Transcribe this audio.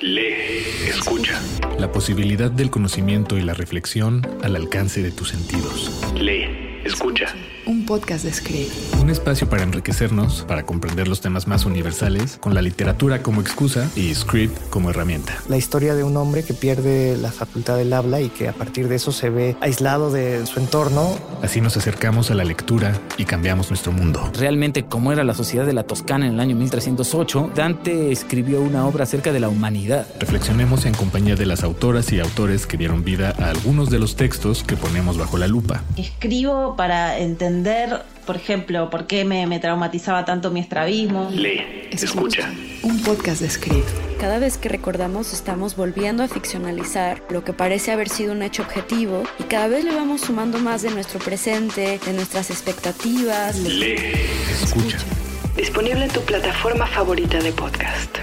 Lee, escucha. La posibilidad del conocimiento y la reflexión al alcance de tus sentidos. Lee, escucha. Un podcast de Scribe. Un espacio para enriquecernos, para comprender los temas más universales, con la literatura como excusa y script como herramienta. La historia de un hombre que pierde la facultad del habla y que a partir de eso se ve aislado de su entorno. Así nos acercamos a la lectura y cambiamos nuestro mundo. Realmente, cómo era la sociedad de la Toscana en el año 1308, Dante escribió una obra acerca de la humanidad. Reflexionemos en compañía de las autoras y autores que dieron vida a algunos de los textos que ponemos bajo la lupa. Escribo para entender, por ejemplo, por qué me, me traumatizaba tanto mi estrabismo. Lee, escucha. Un podcast de Scribe. Cada vez que recordamos estamos volviendo a ficcionalizar lo que parece haber sido un hecho objetivo y cada vez le vamos sumando más de nuestro presente, de nuestras expectativas. Lee, escucha. Disponible en tu plataforma favorita de podcast.